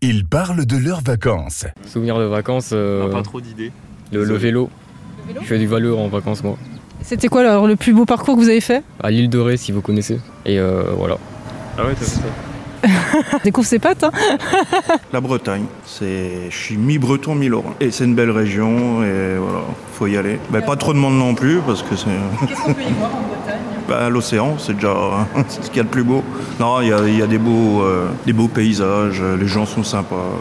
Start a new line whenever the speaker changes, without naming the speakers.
Ils parlent de leurs vacances.
Souvenirs de vacances, euh,
On n'a pas trop d'idées.
le, le
Désolé.
vélo.
vélo
Je fais du vélo en vacances moi.
C'était quoi alors le plus beau parcours que vous avez fait
À l'île de Ré si vous connaissez. Et euh, voilà.
Ah ouais, t'as fait ça
Découvre ses pattes. hein.
La Bretagne, c'est je suis mi-breton, mi-lorrain. Et c'est une belle région, et voilà, faut y aller. Ben, pas trop de monde non plus, parce que c'est.
Qu'est-ce qu'on peut y voir en Bretagne
ben, L'océan, c'est déjà c'est ce qu'il y a de plus beau. Non, il y a, il y a des, beaux, euh, des beaux paysages, euh, les gens sont sympas.